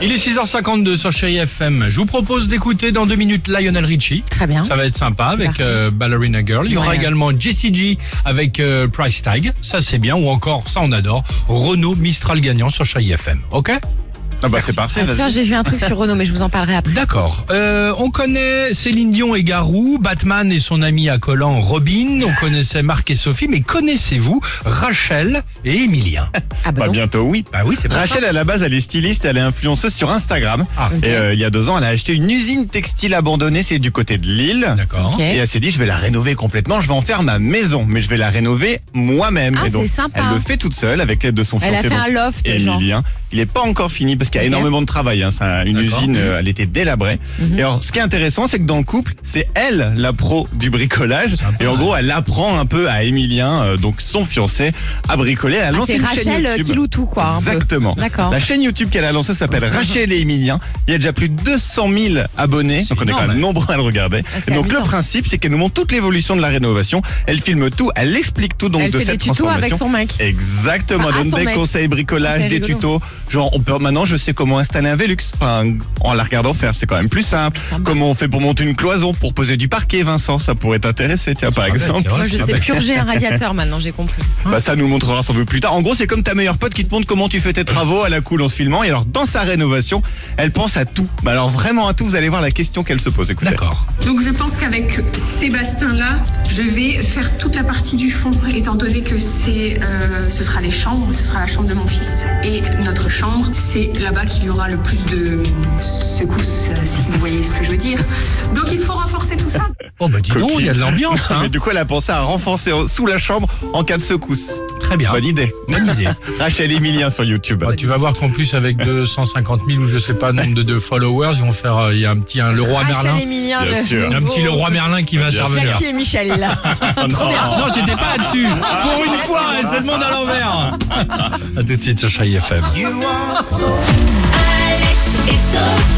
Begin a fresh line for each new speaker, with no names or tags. Il est 6h52 sur Chéri FM. Je vous propose d'écouter dans deux minutes Lionel Richie.
Très bien.
Ça va être sympa
C'est
avec
parfait.
euh, Ballerina Girl. Il y aura
Ouais.
également Jessie G avec euh, Price Tag. Ça, c'est bien. Ou encore, ça, on adore. Renault Mistral gagnant sur Chéri FM. OK
Ah bah c'est parfait.
Ah,
vas-y.
tiens, j'ai vu un truc sur Renault, mais je vous en parlerai après.
D'accord. Euh, on connaît Céline Dion et Garou, Batman et son ami accolant Robin. On connaissait Marc et Sophie. Mais connaissez-vous Rachel et Emilien
Ah bah
Bah
non.
bientôt oui.
Bah oui, c'est vrai.
Rachel à la base elle est styliste, elle est influenceuse sur Instagram.
Ah.
Et euh, il y a deux ans elle a acheté une usine textile abandonnée, c'est du côté de Lille.
D'accord.
Ok.
Et elle s'est dit je vais la rénover complètement, je vais en faire ma maison, mais je vais la rénover moi-même.
Ah,
et donc
c'est sympa.
elle le fait toute seule avec l'aide de son
Elle a
fiancé.
fait
donc,
un loft, genre.
Emilien. Il est pas encore fini parce qu'il y a
Ok.
énormément de travail. Hein. Ça, une
D'accord. Mhm.
usine, euh, elle était délabrée.
Mhm.
Et alors, ce qui est intéressant, c'est que dans le couple, c'est elle la pro du bricolage.
Sympa.
Et en gros, elle apprend un peu à Emilien, euh, donc son fiancé, à bricoler. Elle a
Ah,
lancé
c'est
une chaîne
Rachel euh,
YouTube.
qui loue tout, quoi. un peu.
Exactement.
D'accord.
La chaîne YouTube qu'elle a lancée s'appelle Rachel et Emilien. Il y a déjà plus de 200 000 abonnés.
C'est
Donc on est quand
énorme.
même nombreux à le regarder.
Ah, c'est
Et donc
amusant.
le principe, c'est qu'elle nous montre toute l'évolution de la rénovation. Elle filme tout, elle explique tout donc
Elle
de
fait des
cette
tutos
transformation.
avec son mec. Enfin,
Exactement,
à
donne
son
des
mec.
conseils bricolage,
C'est
des
rigolo.
tutos. Genre, on peut, maintenant je sais comment installer un Velux. Enfin, en la regardant faire, c'est quand même plus simple.
C'est sympa.
Comment on fait pour monter une cloison, pour poser du parquet, Vincent, ça pourrait t'intéresser, tiens, par
Ah, bah,
exemple.
tiens,
Moi, je
c'est
sais
pas-
purger un radiateur maintenant, j'ai compris.
Bah, ça nous montrera sans doute plus tard. En gros, c'est comme ta meilleure pote qui te montre comment tu fais tes travaux à la cool en se filmant. Et alors, dans sa rénovation, elle pense à tout. Bah, alors vraiment à tout, vous allez voir la question qu'elle se pose. Écoutez.
D'accord.
Donc je pense qu'avec Sébastien là, je vais faire toute la partie du fond, étant donné que c'est, euh, ce sera les chambres, ce sera la chambre de mon fils. Et notre chambre, c'est là-bas qu'il y aura le plus de secousses, euh, si vous voyez ce que je veux dire. Donc il faut renforcer tout ça.
Oh, bah dis donc, il y a de l'ambiance. hein.
Mais du coup, elle a pensé à renforcer sous la chambre en cas de secousse.
Très bien.
Bah,
Bonne idée.
Bonne idée.
Rachel Emilien sur YouTube.
Bah, tu vas voir qu'en plus avec 250 000 ou je sais pas nombre de, de followers, ils vont faire euh, il y a un petit un Leroy Merlin,
Rachel Emilien,
Ah, Bien
le
sûr.
un
nouveau-
petit Leroy Merlin qui va
Bien sûr.
intervenir.
Jackie et Michel. là.
Oh,
Non, j'étais pas là-dessus. Pour une fois, elle se demande à l'envers. À tout de suite sur Chai FM.
Alex et Sophie.